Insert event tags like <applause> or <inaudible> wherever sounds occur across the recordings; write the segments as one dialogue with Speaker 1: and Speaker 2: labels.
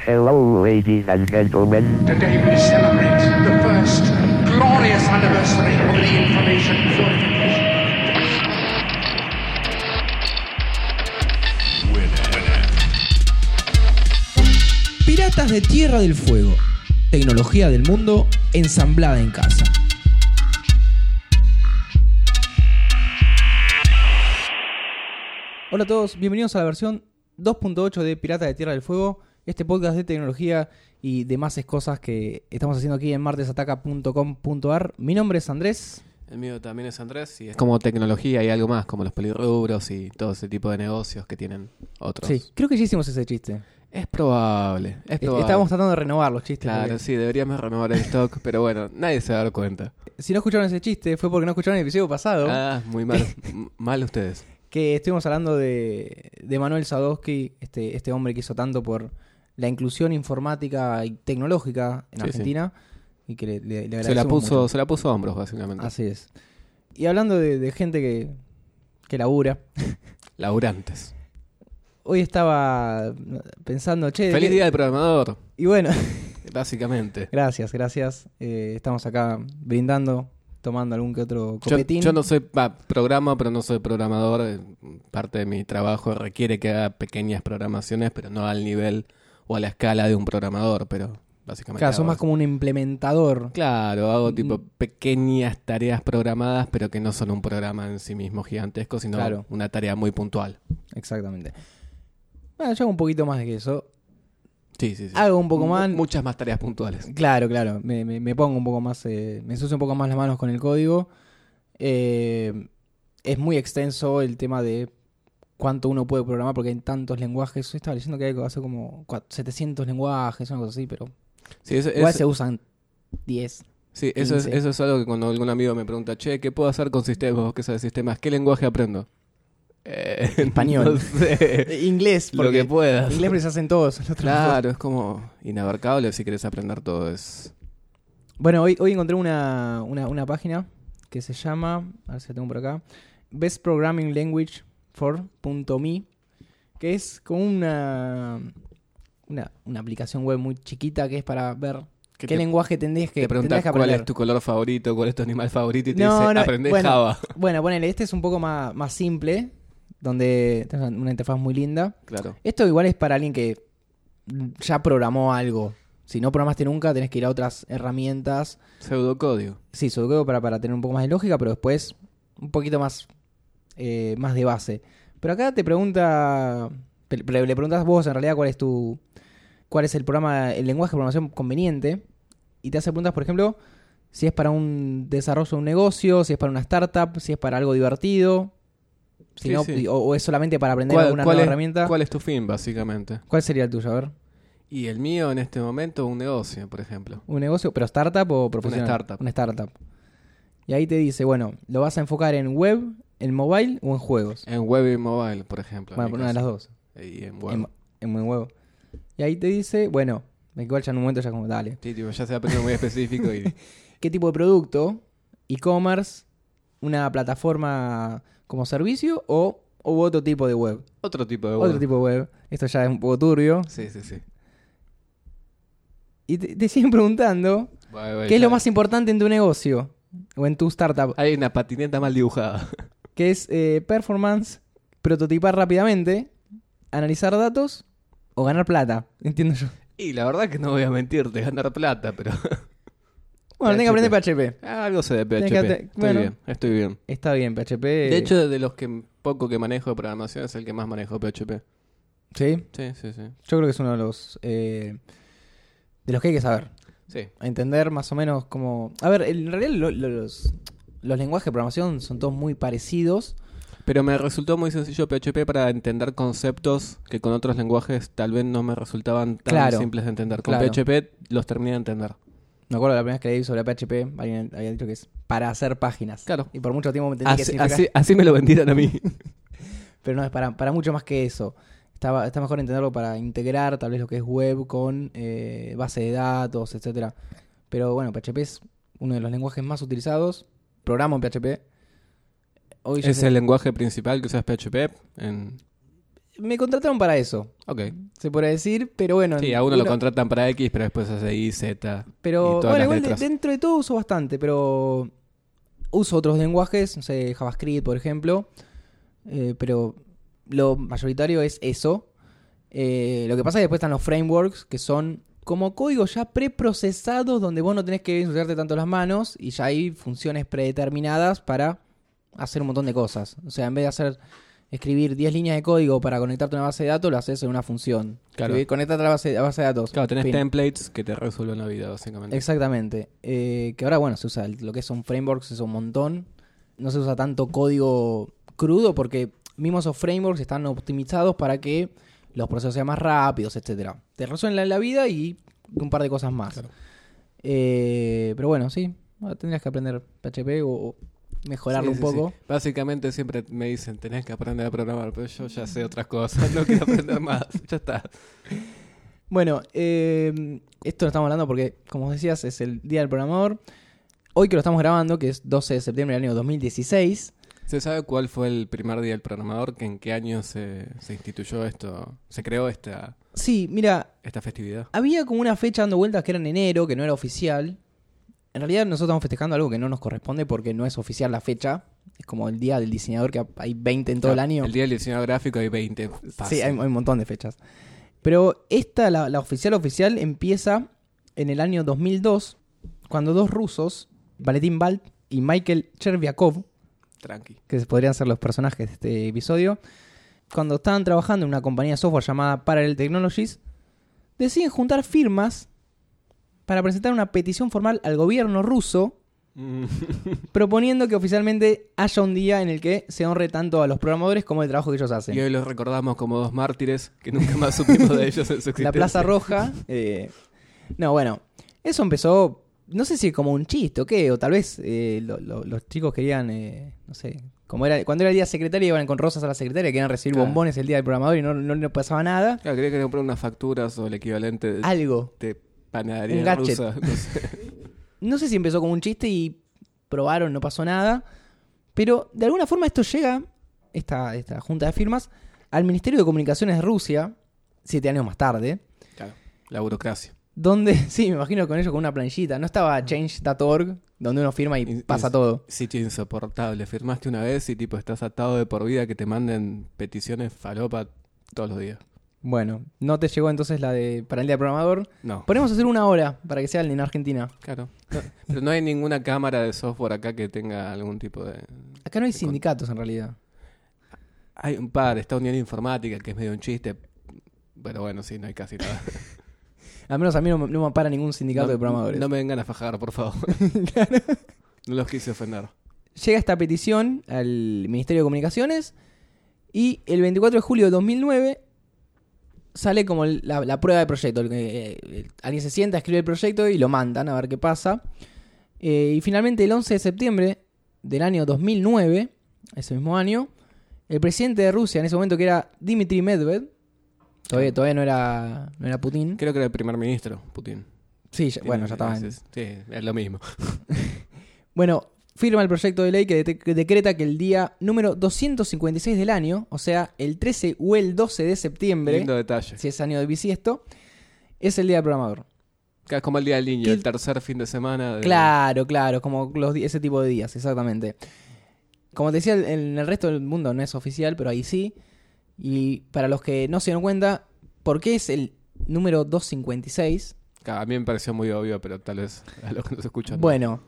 Speaker 1: Hello, ladies and gentlemen.
Speaker 2: Today we celebrate the first glorious anniversary of the information purification.
Speaker 3: Piratas de Tierra del Fuego. Tecnología del mundo ensamblada en casa. Hola a todos, bienvenidos a la versión 2.8 de Piratas de Tierra del Fuego, este podcast de tecnología y demás cosas que estamos haciendo aquí en martesataca.com.ar. Mi nombre es Andrés.
Speaker 4: El mío también es Andrés y es como tecnología y algo más, como los pelirrubros y todo ese tipo de negocios que tienen otros.
Speaker 3: Sí, creo que ya hicimos ese chiste.
Speaker 4: Es probable, es probable.
Speaker 3: Estábamos tratando de renovar los chistes. Eh,
Speaker 4: Claro,
Speaker 3: porque-
Speaker 4: sí, deberíamos renovar el stock, pero bueno, nadie se va a dar cuenta.
Speaker 3: Si no escucharon ese chiste fue porque no escucharon el episodio pasado.
Speaker 4: Ah,
Speaker 3: <laughs>
Speaker 4: muy mal, m- mal ustedes.
Speaker 3: que estuvimos hablando de, de Manuel Sadowski, este, este hombre que hizo tanto por la inclusión informática y tecnológica en
Speaker 4: Sí, sí.
Speaker 3: Argentina. Y que le, le- le
Speaker 4: Se la
Speaker 3: agradecemos
Speaker 4: puso,
Speaker 3: mucho. Ah,
Speaker 4: se la puso a hombros, básicamente.
Speaker 3: Así es. Y hablando de, de gente que, que labura,
Speaker 4: Laburantes.
Speaker 3: hoy estaba pensando, che.
Speaker 4: Feliz
Speaker 3: ¿qué-
Speaker 4: día del programador,
Speaker 3: Y bueno, <laughs>
Speaker 4: básicamente.
Speaker 3: gracias, gracias. Eh, estamos acá brindando, tomando algún que otro
Speaker 4: Yo,
Speaker 3: copetín.
Speaker 4: yo no soy va, programa, pero no soy programador. eh, Parte de mi trabajo requiere que haga pequeñas programaciones, pero no al nivel o a la escala de un programador, pero básicamente.
Speaker 3: Claro, sos
Speaker 4: hago
Speaker 3: más como un implementador.
Speaker 4: Claro, hago
Speaker 3: Mm.
Speaker 4: tipo pequeñas tareas programadas, pero que no son un programa en sí mismo gigantesco, sino
Speaker 3: Claro.
Speaker 4: una tarea muy puntual.
Speaker 3: Exactamente. Bueno, yo hago un poquito más de que eso.
Speaker 4: Sí, sí, sí.
Speaker 3: Hago un poco
Speaker 4: Mu-
Speaker 3: más.
Speaker 4: Muchas más tareas puntuales.
Speaker 3: Claro, claro. Me, me- me pongo un poco más. eh, me ensucio un poco más las manos con el código. Eh, es muy extenso el tema de cuánto uno puede programar porque hay tantos lenguajes. Yo estaba leyendo que hay hace como cua- 700 lenguajes, una cosa así, pero
Speaker 4: Sí, eso,
Speaker 3: igual
Speaker 4: es,
Speaker 3: se usan 10.
Speaker 4: sí, eso, es,
Speaker 3: 15.
Speaker 4: eso es algo que cuando algún amigo me pregunta, che, ¿qué puedo hacer con sistemas? Vos que sabes de sistemas, ¿qué lenguaje aprendo? Eh, <laughs>
Speaker 3: Español.
Speaker 4: no sé.
Speaker 3: inglés,
Speaker 4: Lo que
Speaker 3: <laughs>
Speaker 4: puedas.
Speaker 3: Inglés porque se hacen todos. los otros dos.
Speaker 4: Claro, es como inabarcable si querés aprender todo. Es...
Speaker 3: Bueno, hoy, hoy encontré una, una, una página que se llama, a ver si la tengo por acá, Best Programming Language for.me, que es como una, una, una aplicación web muy chiquita que es para ver qué,
Speaker 4: te-
Speaker 3: lenguaje tendrías que,
Speaker 4: Te preguntas
Speaker 3: tendrías que
Speaker 4: cuál
Speaker 3: aprender.
Speaker 4: es tu color favorito, cuál es tu animal favorito y te
Speaker 3: No,
Speaker 4: dice,
Speaker 3: no,
Speaker 4: aprende
Speaker 3: bueno.
Speaker 4: Java.
Speaker 3: <laughs> Bueno, ponele, este es un poco más, más simple, donde tenés una interfaz muy linda.
Speaker 4: Claro.
Speaker 3: Esto igual es para alguien que ya programó algo. Si no programaste nunca, tenés que ir a otras herramientas
Speaker 4: Pseudocódigo.
Speaker 3: Sí, sobre todo para, para tener un poco más de lógica, pero después un poquito más, eh, más de base. Pero acá te pregunta, pe- le, le preguntas vos en realidad cuál es tu, cuál es el programa, el lenguaje de programación conveniente y te hace preguntas, por ejemplo, si es para un desarrollo de un negocio, si es para una startup, si es para algo divertido, si
Speaker 4: Sí,
Speaker 3: no-
Speaker 4: sí.
Speaker 3: O, o es solamente para aprender alguna nueva
Speaker 4: es,
Speaker 3: herramienta. ¿cuál?
Speaker 4: ¿Cuál es tu fin, básicamente?
Speaker 3: sería el tuyo? A ver,
Speaker 4: Y el mío en este momento, un negocio, por ejemplo.
Speaker 3: un negocio, pero startup o profesional.
Speaker 4: startup.
Speaker 3: Una startup. Y ahí te dice, bueno, lo vas a enfocar en web, en mobile o en juegos.
Speaker 4: En web y mobile, por ejemplo. en
Speaker 3: Bueno,
Speaker 4: mi
Speaker 3: por una de las
Speaker 4: caso.
Speaker 3: dos.
Speaker 4: Y en
Speaker 3: En,
Speaker 4: web.
Speaker 3: en buen huevo. Y ahí te dice, bueno, igual ya en un momento ya como, dale.
Speaker 4: Sí, tipo, ya se ha aprendido muy específico
Speaker 3: <laughs>
Speaker 4: y
Speaker 3: ¿Qué tipo de producto? ¿E-commerce? ¿Una plataforma como servicio? ¿O, o otro tipo de web?
Speaker 4: otro tipo de web.
Speaker 3: Otro tipo de web. Esto ya es un poco turbio.
Speaker 4: Sí, sí, sí.
Speaker 3: Y te, te siguen preguntando,
Speaker 4: Bueno, bueno,
Speaker 3: ¿qué es
Speaker 4: ya-
Speaker 3: lo más importante en tu negocio? O en tu startup.
Speaker 4: Hay una patineta mal dibujada. <laughs>
Speaker 3: Que es eh, performance, prototipar rápidamente, analizar datos o ganar plata. Entiendo yo.
Speaker 4: Y la verdad que no voy a mentirte, ganar plata, pero...
Speaker 3: Bueno, tengo que aprender PHP.
Speaker 4: Ah, algo sé de PHP.
Speaker 3: Tenés que hacer-
Speaker 4: Estoy
Speaker 3: bueno. Eh.
Speaker 4: bien, estoy bien.
Speaker 3: Está bien, PHP.
Speaker 4: De hecho, de los que poco que manejo de programación es el que más manejo PHP.
Speaker 3: Sí,
Speaker 4: Sí, sí, sí.
Speaker 3: yo creo que es uno de los eh, de los que hay que saber.
Speaker 4: Sí.
Speaker 3: A entender más o menos cómo. A ver, en realidad lo- lo- los, los lenguajes de programación son todos muy parecidos.
Speaker 4: Pero me resultó muy sencillo PHP para entender conceptos que con otros lenguajes tal vez no me resultaban tan
Speaker 3: Claro.
Speaker 4: simples de entender. Con
Speaker 3: Claro.
Speaker 4: PHP los terminé de entender.
Speaker 3: Me acuerdo la primera vez que leí sobre PHP, alguien había dicho que es para hacer páginas.
Speaker 4: Claro.
Speaker 3: Y por mucho tiempo me entendí que
Speaker 4: Así,
Speaker 3: significa-
Speaker 4: así- así me lo vendieron a mí.
Speaker 3: Pero no, es para, para mucho más que eso. Está, está mejor entenderlo para integrar tal vez lo que es web con eh, base de datos, etcétera. Pero bueno, PHP es uno de los lenguajes más utilizados. Programo en PHP. Hoy ya
Speaker 4: ¿Es
Speaker 3: se-
Speaker 4: el lenguaje principal que usas PHP? En...
Speaker 3: me contrataron para eso,
Speaker 4: Ok.
Speaker 3: se podría decir, pero bueno.
Speaker 4: Sí,
Speaker 3: en-
Speaker 4: a uno lo
Speaker 3: uno-
Speaker 4: contratan para X, pero después hace Y, Z.
Speaker 3: Pero
Speaker 4: y todas
Speaker 3: bueno,
Speaker 4: las
Speaker 3: igual de-
Speaker 4: letras.
Speaker 3: dentro de todo uso bastante, pero uso otros lenguajes, no sé, JavaScript, por ejemplo, eh, pero lo mayoritario es eso. Eh, lo que pasa es que después están los frameworks, que son como códigos ya preprocesados donde vos no tenés que ensuciarte tanto las manos y ya hay funciones predeterminadas para hacer un montón de cosas. O sea, en vez de hacer escribir 10 líneas de código para conectarte a una base de datos, lo haces en una función.
Speaker 4: Claro.
Speaker 3: Escribir, conectate a la base, a base de datos.
Speaker 4: Claro, tenés
Speaker 3: Fin.
Speaker 4: templates que te resuelven la vida, básicamente.
Speaker 3: Exactamente. Eh, que ahora, bueno, se usa el- lo que son frameworks, es un montón. No se usa tanto código crudo porque mismos esos frameworks están optimizados para que los procesos sean más rápidos, etcétera. Te resuelven la, la vida y un par de cosas más.
Speaker 4: Claro.
Speaker 3: Eh, pero bueno, sí. Bueno, tendrías que aprender PHP o, o mejorarlo
Speaker 4: Sí,
Speaker 3: un
Speaker 4: sí,
Speaker 3: poco.
Speaker 4: sí. Básicamente siempre me dicen, tenés que aprender a programar, pero yo ya sé otras cosas, <laughs> no quiero aprender más. Ya está.
Speaker 3: Bueno, eh, esto lo estamos hablando porque, como decías, es el Día del Programador. Hoy que lo estamos grabando, que es 12 de septiembre del año 2016.
Speaker 4: ¿Se sabe cuál fue el primer día del programador? ¿Que ¿En qué año se, se instituyó esto? ¿Se creó esta,
Speaker 3: Sí, mira,
Speaker 4: esta festividad?
Speaker 3: Había como una fecha dando vueltas que era en enero, que no era oficial. En realidad nosotros estamos festejando algo que no nos corresponde porque no es oficial la fecha. Es como el día del diseñador que hay 20 en todo el
Speaker 4: Claro,
Speaker 3: año.
Speaker 4: Ah, El día del diseñador gráfico hay 20.
Speaker 3: sí,
Speaker 4: fácil.
Speaker 3: hay, hay un montón de fechas. Pero esta, la, la oficial oficial, empieza en el año 2002, cuando dos rusos, Valentín Balt y Michael Cherviakov,
Speaker 4: Tranqui.
Speaker 3: que podrían ser los personajes de este episodio, cuando estaban trabajando en una compañía de software llamada Parallel Technologies, deciden juntar firmas para presentar una petición formal al gobierno ruso <laughs>
Speaker 4: Mm.
Speaker 3: proponiendo que oficialmente haya un día en el que se honre tanto a los programadores como el trabajo que ellos hacen.
Speaker 4: Y hoy los recordamos como dos mártires que nunca más supimos de ellos en su
Speaker 3: <laughs>
Speaker 4: existencia.
Speaker 3: la Plaza Roja. eh, no, bueno, eso empezó, no sé si como un chiste o qué, o tal vez eh, lo- lo- los chicos querían, eh, no sé, como era cuando era el día de secretaria iban con rosas a la secretaria, querían recibir
Speaker 4: Claro.
Speaker 3: bombones el día del programador y no, no, le pasaba nada.
Speaker 4: Claro, quería que comprar unas facturas o el equivalente de,
Speaker 3: Algo.
Speaker 4: de
Speaker 3: Un
Speaker 4: panadería
Speaker 3: gadget.
Speaker 4: rusa. no sé. <laughs>
Speaker 3: No sé si empezó como un chiste y probaron, no pasó nada. Pero de alguna forma esto llega, esta, esta junta de firmas, al Ministerio de Comunicaciones de Rusia, siete años más tarde.
Speaker 4: Claro, la burocracia.
Speaker 3: Donde, <laughs> sí, me imagino con ellos con una planillita. No estaba change.org, donde uno firma y
Speaker 4: Y-
Speaker 3: pasa
Speaker 4: y-
Speaker 3: todo.
Speaker 4: Sitio insoportable. Firmaste una vez y tipo estás atado de por vida que te manden peticiones falopa todos los días.
Speaker 3: Bueno, no te llegó entonces la de para el día del programador.
Speaker 4: No.
Speaker 3: Podemos hacer una hora para que sea en Argentina.
Speaker 4: Claro. No, pero no hay ninguna cámara de software acá que tenga algún tipo de...
Speaker 3: Acá no hay sindicatos en realidad.
Speaker 4: Hay un par, está Unión Informática, que es medio un chiste. Pero bueno, sí, no hay
Speaker 3: <laughs>
Speaker 4: casi nada.
Speaker 3: Al menos a mí no, me- no me para ningún sindicato
Speaker 4: no,
Speaker 3: de programadores.
Speaker 4: no me vengan a fajar, por
Speaker 3: <laughs>
Speaker 4: favor. No los quise ofender.
Speaker 3: Llega esta petición al Ministerio de Comunicaciones y el 24 de julio de 2009 sale como el- la, la prueba de proyecto. El que, eh, el- alguien se sienta, escribe el proyecto y lo mandan a ver qué pasa. Eh, y finalmente el 11 de septiembre del año 2009, ese mismo año, el presidente de Rusia en ese momento que era Dmitry Medvedev, todavía, todavía no, era, no era Putin.
Speaker 4: Creo que era el primer ministro, Putin.
Speaker 3: Sí, ya- bueno, ya estaba en,
Speaker 4: Sí, es lo mismo.
Speaker 3: Bueno, firma el proyecto de ley que dete- que decreta que el día número 256 del año, o sea, el 13 o el 12 de septiembre,
Speaker 4: Lindo detalle.
Speaker 3: si es año de bisiesto, es el día del programador.
Speaker 4: Es como el Día del Niño,
Speaker 3: ¿Qué-
Speaker 4: el tercer fin de semana. de-
Speaker 3: Claro, claro, como los, di- ese tipo de días, exactamente. Como te decía, en el resto del mundo no es oficial, pero ahí sí. Y para los que no se dieron cuenta, ¿por qué es el número 256?
Speaker 4: Claro, a mí me pareció muy obvio, pero tal vez <laughs> a los que nos escuchan. no.
Speaker 3: Bueno,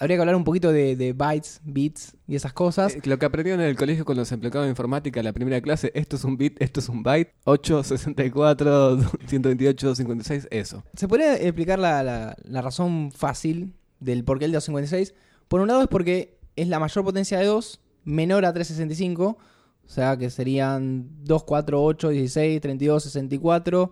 Speaker 3: habría que hablar un poquito de, de bytes, bits y esas cosas.
Speaker 4: Eh, Lo que aprendieron en el colegio con los empleados de informática en la primera clase, esto es un bit, esto es un byte, 8, 64, 128, 56, eso.
Speaker 3: ¿Se podría explicar la, la- la razón fácil del por qué el 256? Por un lado es porque es la mayor potencia de 2 menor a 365, o sea que serían 2, 4, 8, 16, 32, 64,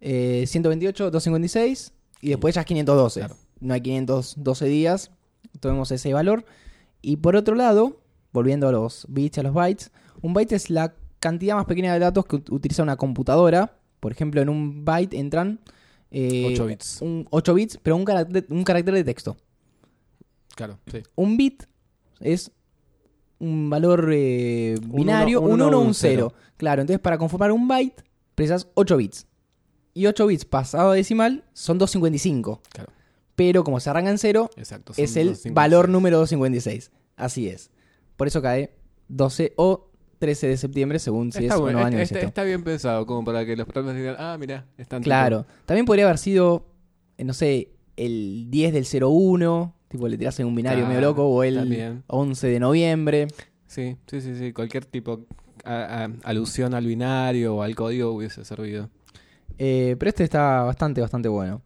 Speaker 3: eh, 128, 256 y después ya es 512.
Speaker 4: Claro.
Speaker 3: No hay 512 días, tomemos ese valor. Y por otro lado, volviendo a los bits, a los bytes, un byte es la cantidad más pequeña de datos que ut- utiliza una computadora. Por ejemplo, en un byte entran... eh,
Speaker 4: Ocho bits.
Speaker 3: Un 8 bits, pero un caracter, un carácter de texto.
Speaker 4: Claro, sí.
Speaker 3: Un bit es un valor eh, binario,
Speaker 4: uno,
Speaker 3: un 1 o un
Speaker 4: cero.
Speaker 3: 0. Claro, entonces para conformar un byte precisas 8 bits. Y 8 bits pasado a decimal son 255.
Speaker 4: Claro,
Speaker 3: Pero como se arranca en 0,
Speaker 4: exacto. son
Speaker 3: es el
Speaker 4: 256.
Speaker 3: valor número 256. Así es. Por eso cae 12 o 13 de septiembre, según si
Speaker 4: está,
Speaker 3: es o
Speaker 4: bueno,
Speaker 3: no año
Speaker 4: está-
Speaker 3: bisiesto.
Speaker 4: este está bien pensado, como para que los programas digan, ah, mirá, están.
Speaker 3: Claro. También podría haber sido, eh, no sé, el 10 del 01, tipo le tirasen un binario
Speaker 4: Claro,
Speaker 3: medio loco, o el
Speaker 4: también.
Speaker 3: 11 de noviembre.
Speaker 4: Sí, sí, sí, sí. Cualquier tipo a- a- alusión al binario o al código hubiese servido.
Speaker 3: Eh, pero este está bastante, bastante bueno.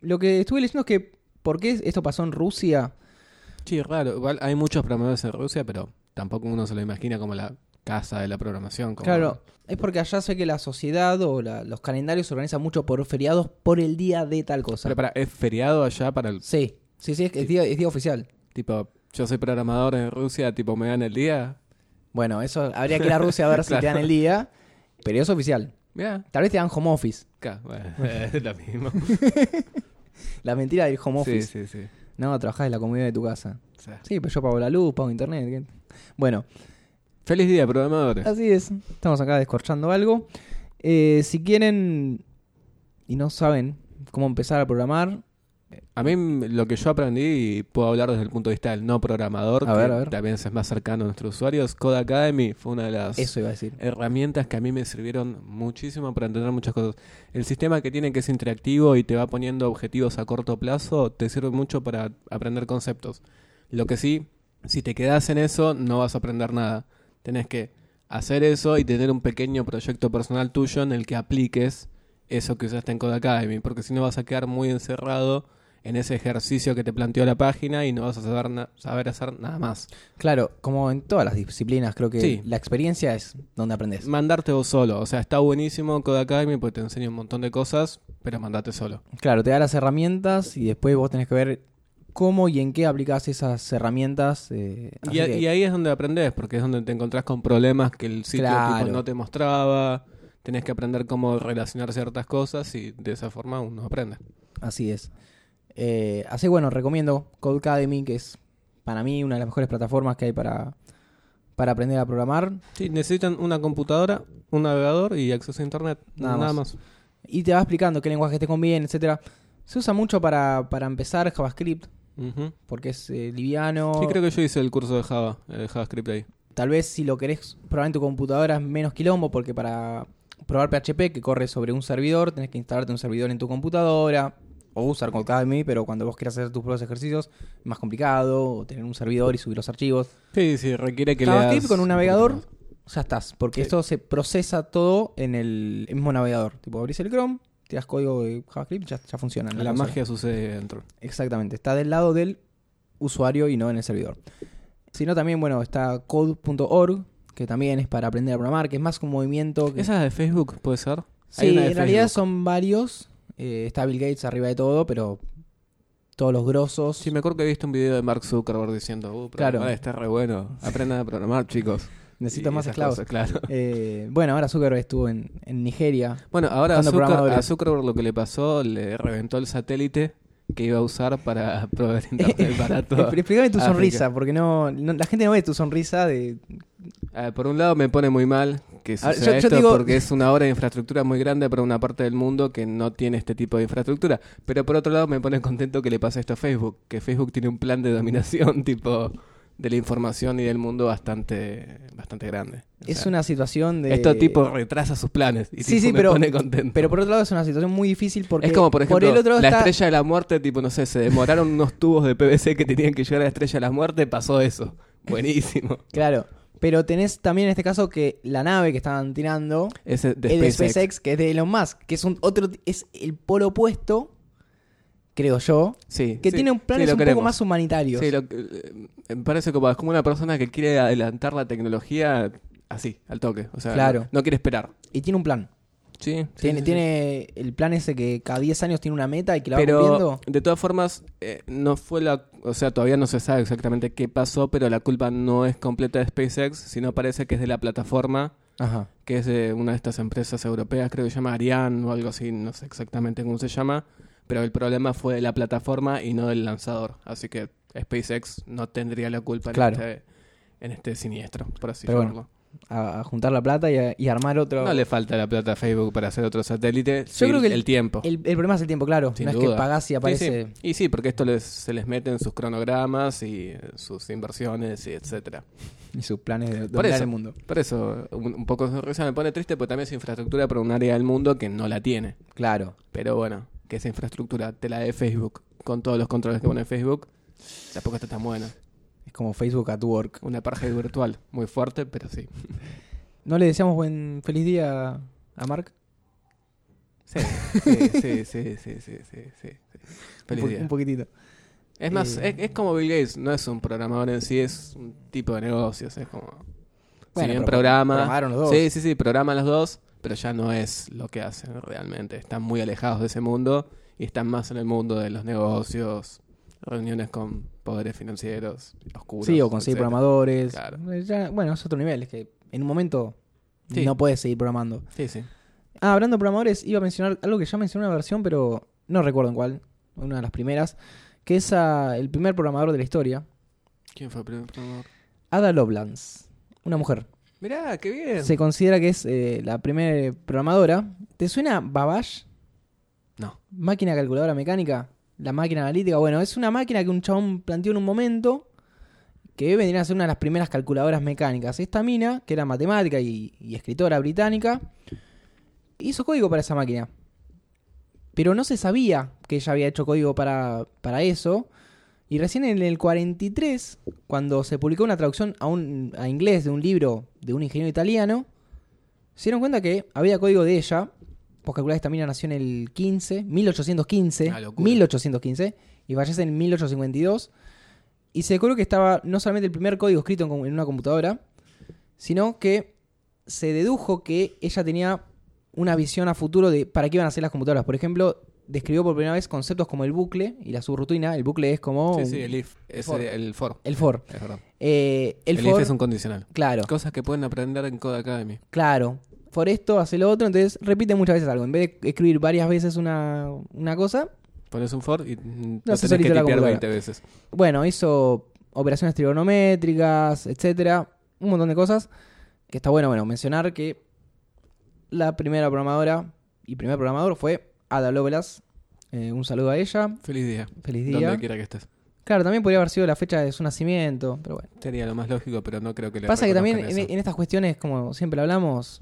Speaker 3: Lo que estuve leyendo es que, ¿por qué esto pasó en Rusia?
Speaker 4: Sí, raro. Igual hay muchos programadores en Rusia, pero tampoco uno se lo imagina como la casa de la programación. como-
Speaker 3: Claro, es porque allá sé que la sociedad o la- los calendarios se organizan mucho por feriados por el día de tal cosa.
Speaker 4: Pero para, es feriado allá para el
Speaker 3: Sí, sí, sí, es, es día, es día oficial.
Speaker 4: tipo, yo soy programador en Rusia, tipo, me dan el día.
Speaker 3: Bueno, eso habría
Speaker 4: <laughs>
Speaker 3: que ir a Rusia a ver si te
Speaker 4: Claro.
Speaker 3: dan el día, pero es oficial.
Speaker 4: Mirá,
Speaker 3: Tal vez te dan home office.
Speaker 4: acá, bueno, <laughs> es lo mismo.
Speaker 3: La mentira del home
Speaker 4: sí,
Speaker 3: office.
Speaker 4: sí, sí.
Speaker 3: No, trabajás en la comodidad de tu casa.
Speaker 4: O sea,
Speaker 3: Sí, pero yo pago la luz, pago internet. ¿qué? Bueno,
Speaker 4: Feliz día, programadores.
Speaker 3: así es. Estamos acá descorchando algo. Eh, si quieren y no saben cómo empezar a programar,
Speaker 4: A mí m- lo que yo aprendí, y puedo hablar desde el punto de vista del no programador,
Speaker 3: A
Speaker 4: que
Speaker 3: ver, a ver.
Speaker 4: también es más cercano a nuestros usuarios, Code Academy fue una de las
Speaker 3: eso iba a decir.
Speaker 4: herramientas que a mí me sirvieron muchísimo para entender muchas cosas. El sistema que tiene que es interactivo y te va poniendo objetivos a corto plazo, te sirve mucho para aprender conceptos. Lo que sí, si te quedas en eso, no vas a aprender nada. Tenés que hacer eso y tener un pequeño proyecto personal tuyo en el que apliques eso que usaste en Code Academy, porque si no vas a quedar muy encerrado en ese ejercicio que te planteó la página y no vas a saber, na- saber hacer nada más.
Speaker 3: Claro, como en todas las disciplinas, creo que
Speaker 4: Sí.
Speaker 3: la experiencia es donde aprendes.
Speaker 4: mandarte vos solo. O sea, está buenísimo Code Academy porque te enseña un montón de cosas, pero mandate solo.
Speaker 3: Claro, te da las herramientas y después vos tenés que ver cómo y en qué aplicás esas herramientas. eh, así
Speaker 4: Y, a-
Speaker 3: que-
Speaker 4: y ahí es donde aprendes, porque es donde te encontrás con problemas que el sitio
Speaker 3: Claro.
Speaker 4: tipo, no te mostraba. Tenés que aprender cómo relacionar ciertas cosas y de esa forma uno aprende.
Speaker 3: Así es. Eh, así bueno, recomiendo Codecademy, que es para mí una de las mejores plataformas que hay para, para aprender a programar.
Speaker 4: Sí, necesitan una computadora, un navegador y acceso a internet.
Speaker 3: Nada
Speaker 4: Nada,
Speaker 3: más.
Speaker 4: más.
Speaker 3: Y te va explicando qué lenguaje te conviene, etcétera. Se usa mucho para, para empezar JavaScript,
Speaker 4: Ujú.
Speaker 3: porque es eh, liviano.
Speaker 4: Sí, creo que yo hice el curso de Java, el JavaScript ahí.
Speaker 3: Tal vez si lo querés probar en tu computadora es menos quilombo, porque para probar PHP que corre sobre un servidor, tenés que instalarte un servidor en tu computadora, o usar Codecademy, pero cuando vos quieras hacer tus propios ejercicios, es más complicado, o tener un servidor y subir los archivos.
Speaker 4: Sí, sí, requiere que
Speaker 3: JavaScript
Speaker 4: leas
Speaker 3: con un
Speaker 4: poquito
Speaker 3: navegador,
Speaker 4: más.
Speaker 3: ya estás. Porque
Speaker 4: Sí.
Speaker 3: esto se procesa todo en el mismo navegador. Tipo, abrís el Chrome, tiras código de JavaScript, ya, ya funciona. en
Speaker 4: La,
Speaker 3: consola.
Speaker 4: magia sucede dentro.
Speaker 3: Exactamente. Está del lado del usuario y no en el servidor. Si no, también, bueno, está code.org, que también es para aprender a programar, que es más un movimiento. que-
Speaker 4: ¿Esa es de Facebook, puede ser?
Speaker 3: Sí,
Speaker 4: Hay una de
Speaker 3: en realidad
Speaker 4: Facebook.
Speaker 3: son varios. Eh, está Bill Gates arriba de todo, pero todos los grosos.
Speaker 4: Sí, me acuerdo que he visto un video de Mark Zuckerberg diciendo, uh,
Speaker 3: Claro.
Speaker 4: programar está re bueno, aprendan a programar, chicos.
Speaker 3: Necesito
Speaker 4: Y
Speaker 3: más
Speaker 4: esas
Speaker 3: esclavos.
Speaker 4: cosas, claro.
Speaker 3: Eh, bueno, ahora Zuckerberg estuvo en, en Nigeria.
Speaker 4: Bueno, ahora a
Speaker 3: Buscando
Speaker 4: Zucker-
Speaker 3: programadores.
Speaker 4: a Zuckerberg lo que le pasó, le reventó el satélite que iba a usar para <laughs> proveer
Speaker 3: <laughs>
Speaker 4: internet para todo.
Speaker 3: Expl- Explícame tu
Speaker 4: África.
Speaker 3: sonrisa, porque no, no- la gente no ve tu sonrisa de...
Speaker 4: Ah, por un lado me pone muy mal que
Speaker 3: A ver, Ah,
Speaker 4: suceda
Speaker 3: yo- yo
Speaker 4: esto
Speaker 3: digo-
Speaker 4: porque es una obra de infraestructura muy grande para una parte del mundo que no tiene este tipo de infraestructura. Pero por otro lado me pone contento que le pase esto a Facebook, que Facebook tiene un plan de dominación <laughs> tipo de la información y del mundo bastante, bastante grande. O
Speaker 3: Es
Speaker 4: sea,
Speaker 3: una situación de...
Speaker 4: Esto tipo retrasa sus planes y
Speaker 3: Sí,
Speaker 4: tipo,
Speaker 3: sí,
Speaker 4: me
Speaker 3: pero,
Speaker 4: pone contento.
Speaker 3: pero por otro lado es una situación muy difícil porque...
Speaker 4: es como, por ejemplo,
Speaker 3: el otro lado
Speaker 4: la
Speaker 3: está-
Speaker 4: estrella de la muerte, tipo, no sé, se demoraron unos tubos de PVC que tenían que llegar a la estrella de la muerte,
Speaker 3: <laughs>
Speaker 4: pasó eso. Buenísimo.
Speaker 3: Claro, pero tenés también en este caso que la nave que estaban tirando
Speaker 4: Ese de
Speaker 3: es de
Speaker 4: SpaceX.
Speaker 3: SpaceX, que es de Elon Musk, que es un otro... Es el polo opuesto, creo yo,
Speaker 4: Sí,
Speaker 3: que
Speaker 4: sí,
Speaker 3: tiene un planes
Speaker 4: sí, lo
Speaker 3: un
Speaker 4: queremos.
Speaker 3: poco más humanitarios.
Speaker 4: Sí, lo que- eh, me parece como, es como una persona que quiere adelantar la tecnología así, al toque. O sea,
Speaker 3: Claro.
Speaker 4: no, no quiere esperar.
Speaker 3: Y tiene un plan.
Speaker 4: Sí, sí,
Speaker 3: tiene
Speaker 4: sí, sí.
Speaker 3: tiene el plan ese que cada 10 años tiene una meta y que la va
Speaker 4: Pero
Speaker 3: cumpliendo.
Speaker 4: de todas formas, eh, no fue la. O sea, todavía no se sabe exactamente qué pasó, pero la culpa no es completa de SpaceX, sino parece que es de la plataforma,
Speaker 3: Ajá.
Speaker 4: que es de una de estas empresas europeas, creo que se llama Ariane o algo así, no sé exactamente cómo se llama. Pero el problema fue de la plataforma y no del lanzador. Así que SpaceX no tendría la culpa
Speaker 3: Claro.
Speaker 4: en, este, en este siniestro, por así
Speaker 3: Pero bueno,
Speaker 4: llamarlo.
Speaker 3: A, a juntar la plata y, a- y armar otro.
Speaker 4: No le falta la plata a Facebook para hacer otro satélite. sí,
Speaker 3: creo que el-
Speaker 4: el, tiempo.
Speaker 3: el, el problema es el tiempo, claro.
Speaker 4: sin
Speaker 3: no es que
Speaker 4: duda.
Speaker 3: pagás y
Speaker 4: Sí,
Speaker 3: aparece.
Speaker 4: sí. Y sí, porque esto les- se les mete en sus cronogramas y eh, sus inversiones y etcétera.
Speaker 3: Y sus planes de
Speaker 4: Por
Speaker 3: dominar
Speaker 4: eso,
Speaker 3: el mundo.
Speaker 4: por eso un, un poco de sonrisa me pone triste, porque también es infraestructura para un área del mundo que no la tiene.
Speaker 3: Claro.
Speaker 4: Pero bueno, que esa infraestructura te la de Facebook, con todos los controles que pone Facebook, tampoco está tan buena.
Speaker 3: Es como Facebook at work.
Speaker 4: Una parja virtual muy fuerte, pero sí.
Speaker 3: ¿No le deseamos buen feliz día a- a Mark?
Speaker 4: Sí, <laughs> sí, sí, sí, sí, sí, sí, sí. Feliz
Speaker 3: un, po-
Speaker 4: día.
Speaker 3: un poquitito.
Speaker 4: Es más,
Speaker 3: Eh,
Speaker 4: es, es como Bill Gates, no es un programador en sí, es un tipo de negocios, es como... si
Speaker 3: Bueno,
Speaker 4: bien
Speaker 3: pero
Speaker 4: programa...
Speaker 3: programaron los dos.
Speaker 4: Sí, sí, sí, programan los dos, pero ya no es lo que hacen realmente. Están muy alejados de ese mundo y están más en el mundo de los negocios, reuniones con poderes financieros oscuros.
Speaker 3: Sí, o conseguir
Speaker 4: etcétera.
Speaker 3: programadores.
Speaker 4: Claro.
Speaker 3: Eh, ya- bueno, es otro nivel. Es que en un momento
Speaker 4: Sí.
Speaker 3: no puedes seguir programando.
Speaker 4: Sí, sí.
Speaker 3: Ah, hablando de programadores, iba a mencionar algo que ya mencioné en una versión, pero no recuerdo en cuál. Una de las primeras. Que es ah, el primer programador de la historia.
Speaker 4: ¿Quién fue el primer programador?
Speaker 3: Ada Lovelace. Una mujer.
Speaker 4: Mirá, qué bien.
Speaker 3: Se considera que es eh, la primera programadora. ¿Te suena Babbage?
Speaker 4: No.
Speaker 3: Máquina calculadora mecánica. La máquina analítica. Bueno, es una máquina que un chabón planteó en un momento que vendría a ser una de las primeras calculadoras mecánicas. Esta mina, que era matemática y, y escritora británica, hizo código para esa máquina. Pero no se sabía que ella había hecho código para, para eso. Y recién en el 43, cuando se publicó una traducción a, un, a inglés de un libro de un ingeniero italiano, se dieron cuenta que había código de ella. Vos calculás que esta mina nació en el 15, 1815.
Speaker 4: Una locura.
Speaker 3: 1815. Y fallece en 1852. Y se descubrió que estaba no solamente el primer código escrito en com- en una computadora, sino que se dedujo que ella tenía una visión a futuro de para qué iban a ser las computadoras. Por ejemplo, describió por primera vez conceptos como el bucle y la subrutina. El bucle es como
Speaker 4: Sí,
Speaker 3: un-
Speaker 4: sí, el IF. Es
Speaker 3: for.
Speaker 4: el, el for.
Speaker 3: el for.
Speaker 4: Es verdad.
Speaker 3: Eh, el,
Speaker 4: El,
Speaker 3: for,
Speaker 4: IF es un condicional.
Speaker 3: claro,
Speaker 4: Cosas que pueden aprender en Code Academy.
Speaker 3: claro. For esto, hace lo otro, entonces repite muchas veces algo. En vez de escribir varias veces una, una cosa,
Speaker 4: Pones un for y mm,
Speaker 3: No,
Speaker 4: lo
Speaker 3: se
Speaker 4: tenés que
Speaker 3: solita la
Speaker 4: tipear
Speaker 3: computadora.
Speaker 4: 20 veces.
Speaker 3: bueno, hizo operaciones trigonométricas, etcétera, un montón de cosas que está bueno, bueno, mencionar que la primera programadora y primer programador fue Ada Lovelace. Eh, un saludo a ella.
Speaker 4: Feliz día.
Speaker 3: Feliz día.
Speaker 4: Donde quiera que estés.
Speaker 3: Claro, también podría haber sido la fecha de su nacimiento, pero bueno.
Speaker 4: Sería lo más lógico, pero no creo que le
Speaker 3: Pasa que también
Speaker 4: reconozcan
Speaker 3: en,
Speaker 4: eso.
Speaker 3: en estas cuestiones, como siempre hablamos,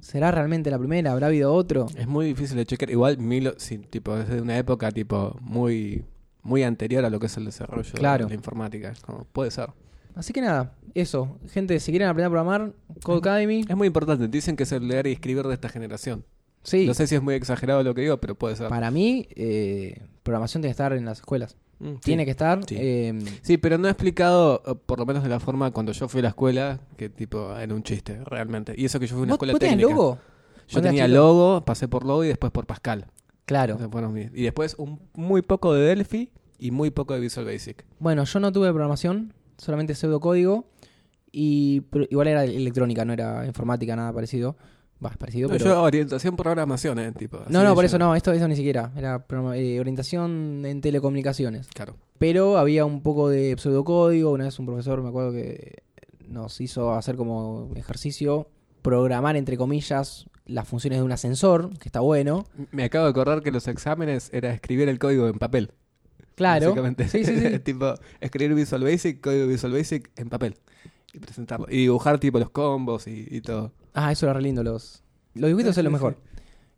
Speaker 3: ¿será realmente la primera? ¿Habrá habido otro?
Speaker 4: Es muy difícil de checar. Igual, mil, sí, tipo, es de una época tipo muy muy anterior a lo que es el desarrollo
Speaker 3: Claro.
Speaker 4: de la informática. Es Como, puede ser.
Speaker 3: Así que nada, eso. Gente, si quieren aprender a programar, Code Academy.
Speaker 4: Es muy importante. Dicen que es el leer y escribir de esta generación.
Speaker 3: Sí,
Speaker 4: No sé si es muy exagerado lo que digo, pero puede ser.
Speaker 3: para mí, eh, programación tiene que estar en las escuelas.
Speaker 4: Mm, sí.
Speaker 3: Tiene que estar.
Speaker 4: Sí.
Speaker 3: eh,
Speaker 4: Sí, pero no he explicado, eh, por lo menos de la forma cuando yo fui a la escuela, que tipo era un chiste, realmente. Y eso que yo fui a una
Speaker 3: ¿Vos-
Speaker 4: escuela
Speaker 3: vos tenías
Speaker 4: técnica.
Speaker 3: logo?
Speaker 4: Yo
Speaker 3: cuando eras
Speaker 4: tenía
Speaker 3: chico?
Speaker 4: logo, pasé por logo y después por Pascal.
Speaker 3: Claro.
Speaker 4: Entonces fueron mis- Y después un, muy poco de Delphi y muy poco de Visual Basic.
Speaker 3: Bueno, yo no tuve programación, solamente pseudocódigo. Y pero igual era electrónica, no era informática, nada parecido. Va, parecido,
Speaker 4: No,
Speaker 3: pero.
Speaker 4: Yo orientación programación, eh, tipo. así
Speaker 3: no, no, por
Speaker 4: yo-
Speaker 3: eso no, esto, eso ni siquiera. Era programa- eh, orientación en telecomunicaciones.
Speaker 4: Claro.
Speaker 3: Pero había un poco de pseudocódigo. Una vez un profesor, me acuerdo que nos hizo hacer como ejercicio programar, entre comillas, las funciones de un ascensor, que está bueno.
Speaker 4: Me acabo de acordar que los exámenes era escribir el código en papel.
Speaker 3: Claro.
Speaker 4: básicamente.
Speaker 3: Sí, sí, sí.
Speaker 4: <laughs> tipo, escribir Visual Basic, código Visual Basic en papel. Y presentarlo. Y dibujar tipo los combos y, y todo.
Speaker 3: Ah, eso era re lindo. Los, los dibujitos
Speaker 4: Sí,
Speaker 3: es lo
Speaker 4: sí,
Speaker 3: mejor.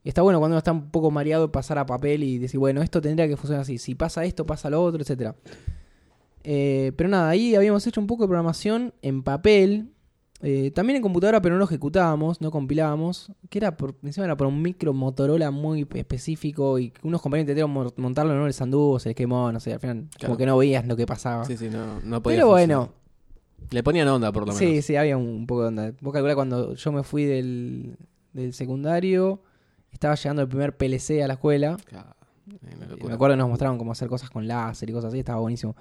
Speaker 3: Y está bueno cuando uno está un poco mareado pasar a papel y decir, bueno, esto tendría que funcionar así. Si pasa esto, pasa lo otro, etcétera. Eh, pero nada, ahí habíamos hecho un poco de programación en papel. eh, también en computadora, pero no lo ejecutábamos, no compilábamos. Que era por, encima era por un micro Motorola muy específico y unos compañeros intentaron mo- montarlo, no les anduvo, se les quemó, no sé, al final como
Speaker 4: Claro.
Speaker 3: que no veías lo que pasaba.
Speaker 4: Sí, sí, no, no podía
Speaker 3: pero bueno,
Speaker 4: funcionar. Le ponían onda, por lo menos.
Speaker 3: Sí, sí, había un, un poco de onda. Vos calculás cuando yo me fui del, del secundario, estaba llegando el primer PLC a la escuela.
Speaker 4: Claro. Eh,
Speaker 3: Me
Speaker 4: una locura.
Speaker 3: acuerdo que nos mostraron cómo hacer cosas con láser y cosas así, estaba buenísimo.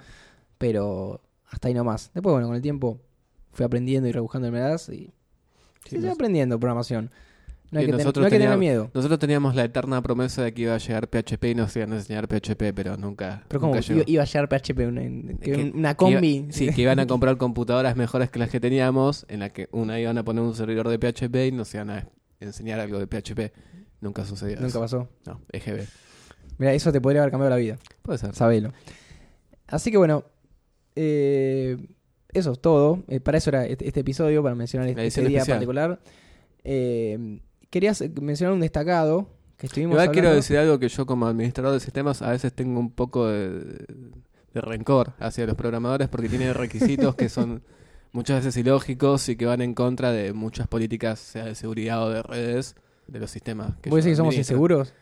Speaker 3: Pero hasta ahí nomás. Después, bueno, con el tiempo fui aprendiendo y rebuscando en y
Speaker 4: Sí,
Speaker 3: se fue
Speaker 4: no sé.
Speaker 3: aprendiendo programación. No hay que, tener- no hay que tener
Speaker 4: teníamos-
Speaker 3: miedo.
Speaker 4: Nosotros teníamos la eterna promesa de que iba a llegar PHP y nos iban a enseñar PHP, pero nunca,
Speaker 3: Pero como
Speaker 4: nunca llegó.
Speaker 3: iba, iba a llegar PHP, una, que
Speaker 4: Que-
Speaker 3: una
Speaker 4: que
Speaker 3: combi.
Speaker 4: iba- sí, que iban a comprar computadoras mejores que las que teníamos, en la que una iban a poner un servidor de PHP y nos iban a enseñar algo de PHP. Nunca sucedió.
Speaker 3: Nunca
Speaker 4: eso.
Speaker 3: pasó.
Speaker 4: No, EGB.
Speaker 3: Mira, eso te podría haber cambiado la vida.
Speaker 4: Puede ser.
Speaker 3: Sabelo. Así que bueno, eh, eso es todo. Eh, para eso era este, este episodio, para mencionar
Speaker 4: La
Speaker 3: este, este
Speaker 4: edición
Speaker 3: día
Speaker 4: especial.
Speaker 3: particular. Eh, querías eh, mencionar un destacado que estuvimos
Speaker 4: Igual quiero
Speaker 3: hablando.
Speaker 4: decir algo que yo como administrador de sistemas a veces tengo un poco de, de rencor hacia los programadores porque tienen requisitos
Speaker 3: <laughs>
Speaker 4: que son muchas veces ilógicos y que van en contra de muchas políticas, sea de seguridad o de redes, de los sistemas.
Speaker 3: ¿Vos decís
Speaker 4: yo
Speaker 3: que somos
Speaker 4: administro.
Speaker 3: inseguros?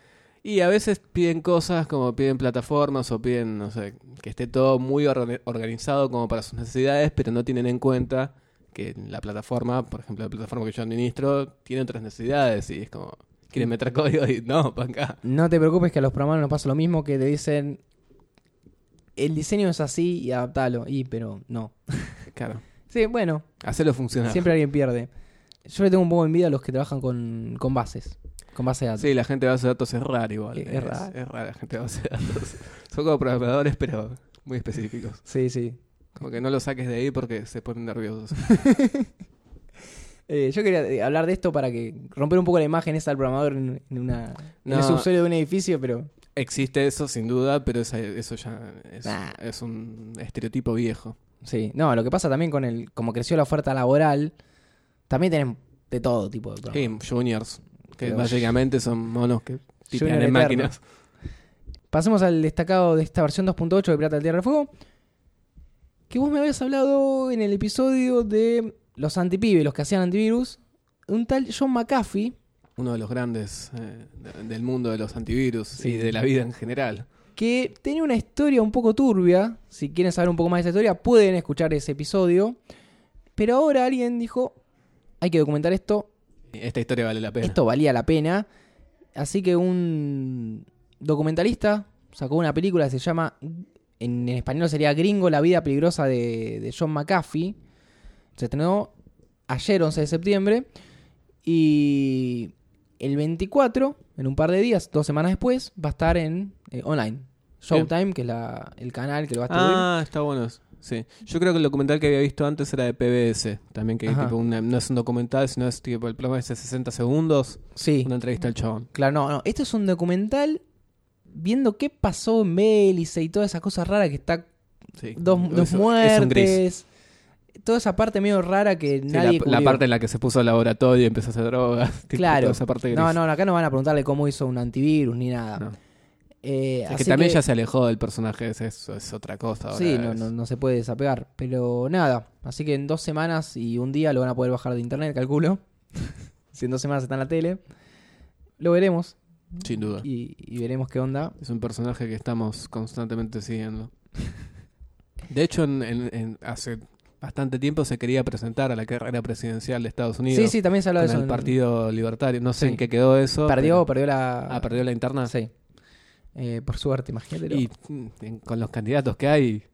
Speaker 4: Y a veces piden cosas como piden plataformas o piden, no sé, que esté todo muy orga- organizado como para sus necesidades, pero no tienen en cuenta que la plataforma, por ejemplo, la plataforma que yo administro, tiene otras necesidades y es como, quieren meter código y no, para acá.
Speaker 3: No te preocupes que a los programadores nos pasa lo mismo que te dicen el diseño es así y adaptalo. Y pero no.
Speaker 4: Claro,
Speaker 3: Sí, bueno,
Speaker 4: hacerlo funcionar.
Speaker 3: siempre alguien pierde. Yo le tengo un poco de envidia a los que trabajan con, con bases, con base de datos.
Speaker 4: Sí, la gente de base de datos es rara igual.
Speaker 3: Es rara.
Speaker 4: Es rara la gente de base de datos. <laughs> Son como programadores, pero muy específicos.
Speaker 3: Sí, sí.
Speaker 4: Como que no lo saques de ahí porque se ponen nerviosos.
Speaker 3: Eh, yo quería eh, hablar de esto para que romper un poco la imagen esa del programador en, en una, en
Speaker 4: No.
Speaker 3: el subsuelo de un edificio, pero
Speaker 4: Existe eso, sin duda, pero esa- eso ya es,
Speaker 3: Nah.
Speaker 4: es un estereotipo viejo.
Speaker 3: sí. No, lo que pasa también con el, como creció la oferta laboral, también tenemos de todo tipo de
Speaker 4: Sí,
Speaker 3: programas.
Speaker 4: juniors, que
Speaker 3: Pero-
Speaker 4: básicamente son monos que tipean
Speaker 3: Junior
Speaker 4: en
Speaker 3: eterno.
Speaker 4: máquinas.
Speaker 3: Pasemos al destacado de esta versión 2.8 de Pirata del Tierra del Fuego, que vos me habías hablado en el episodio de los antipibes, los que hacían antivirus, un tal John McAfee,
Speaker 4: Uno de los grandes eh, de- del mundo de los antivirus
Speaker 3: Sí.
Speaker 4: y de la vida en general.
Speaker 3: que tenía una historia un poco turbia. Si quieren saber un poco más de esa historia, pueden escuchar ese episodio. Pero ahora alguien dijo, hay que documentar esto,
Speaker 4: Esta historia vale la pena.
Speaker 3: esto valía la pena. Así que un documentalista sacó una película que se llama, en, en español sería Gringo, la vida peligrosa de, de John McAfee. Se estrenó ayer, 11 de septiembre. Y el 24, en un par de días, dos semanas después, va a estar en eh, online. Showtime, que es la- el canal que lo va a distribuir.
Speaker 4: Ah, está bueno. Sí. Yo creo que el documental que había visto antes era de PBS. También que
Speaker 3: Ajá.
Speaker 4: tipo una- no es un documental, sino es tipo el programa es de 60 segundos.
Speaker 3: sí,
Speaker 4: Una entrevista al chabón.
Speaker 3: claro, no, no. Esto es un documental viendo qué pasó en Bélice y toda esa cosa rara que está
Speaker 4: Sí.
Speaker 3: dos,
Speaker 4: Es-
Speaker 3: dos
Speaker 4: es un gris.
Speaker 3: muertes. Toda esa parte medio rara que
Speaker 4: Sí,
Speaker 3: nadie
Speaker 4: la, la
Speaker 3: cubrió.
Speaker 4: parte en la que se puso al laboratorio y empezó a hacer drogas. <laughs> tipo,
Speaker 3: Claro.
Speaker 4: toda esa parte gris.
Speaker 3: No, no, acá no van a preguntarle cómo hizo un antivirus ni nada.
Speaker 4: No.
Speaker 3: Eh,
Speaker 4: Es
Speaker 3: así
Speaker 4: que también ya se alejó del personaje, es, eso, es otra cosa. ahora
Speaker 3: Sí, no,
Speaker 4: es-
Speaker 3: no, no se puede desapegar. Pero nada, así que en dos semanas y un día lo van a poder bajar de internet, calculo. <laughs> si en dos semanas está en la tele. Lo veremos
Speaker 4: Sin duda.
Speaker 3: y, y veremos qué onda.
Speaker 4: Es un personaje que estamos constantemente siguiendo. De hecho, en- en- en- hace bastante tiempo se quería presentar a la carrera presidencial de Estados Unidos.
Speaker 3: Sí, sí, también se habló de
Speaker 4: con
Speaker 3: eso.
Speaker 4: el
Speaker 3: en-
Speaker 4: Partido Libertario. No sé
Speaker 3: Sí.
Speaker 4: en qué quedó eso.
Speaker 3: Perdió,
Speaker 4: pero-
Speaker 3: perdió la...
Speaker 4: Ah, perdió la interna.
Speaker 3: Sí. Eh, por suerte, imagínate.
Speaker 4: Y mm, en- con los candidatos que hay.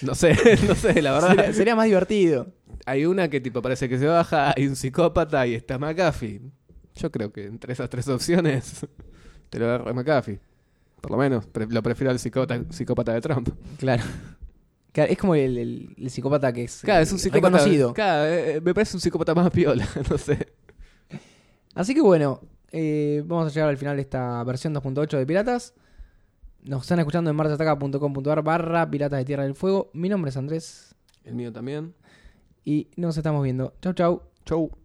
Speaker 4: No sé, <laughs> no sé, la verdad.
Speaker 3: <laughs> Sería, sería más divertido.
Speaker 4: Hay una que tipo parece que se baja, hay un psicópata y está McAfee. Yo creo que entre esas tres opciones <laughs> te lo agarra McAfee. Por lo menos, pre- lo prefiero al psicópata, psicópata de Trump.
Speaker 3: Claro. <laughs> Claro, Es como el, el- el psicópata que es,
Speaker 4: Claro, es un
Speaker 3: eh,
Speaker 4: psicópata.
Speaker 3: reconocido.
Speaker 4: Claro, eh, eh, me parece un psicópata más piola, <laughs> no sé.
Speaker 3: Así que bueno, eh, vamos a llegar al final de esta versión 2.8 de Piratas. Nos están escuchando en marchataca.com.ar barra Piratas de Tierra del Fuego. Mi nombre es Andrés
Speaker 4: El mío también.
Speaker 3: y nos estamos viendo. Chau, chau.
Speaker 4: Chau.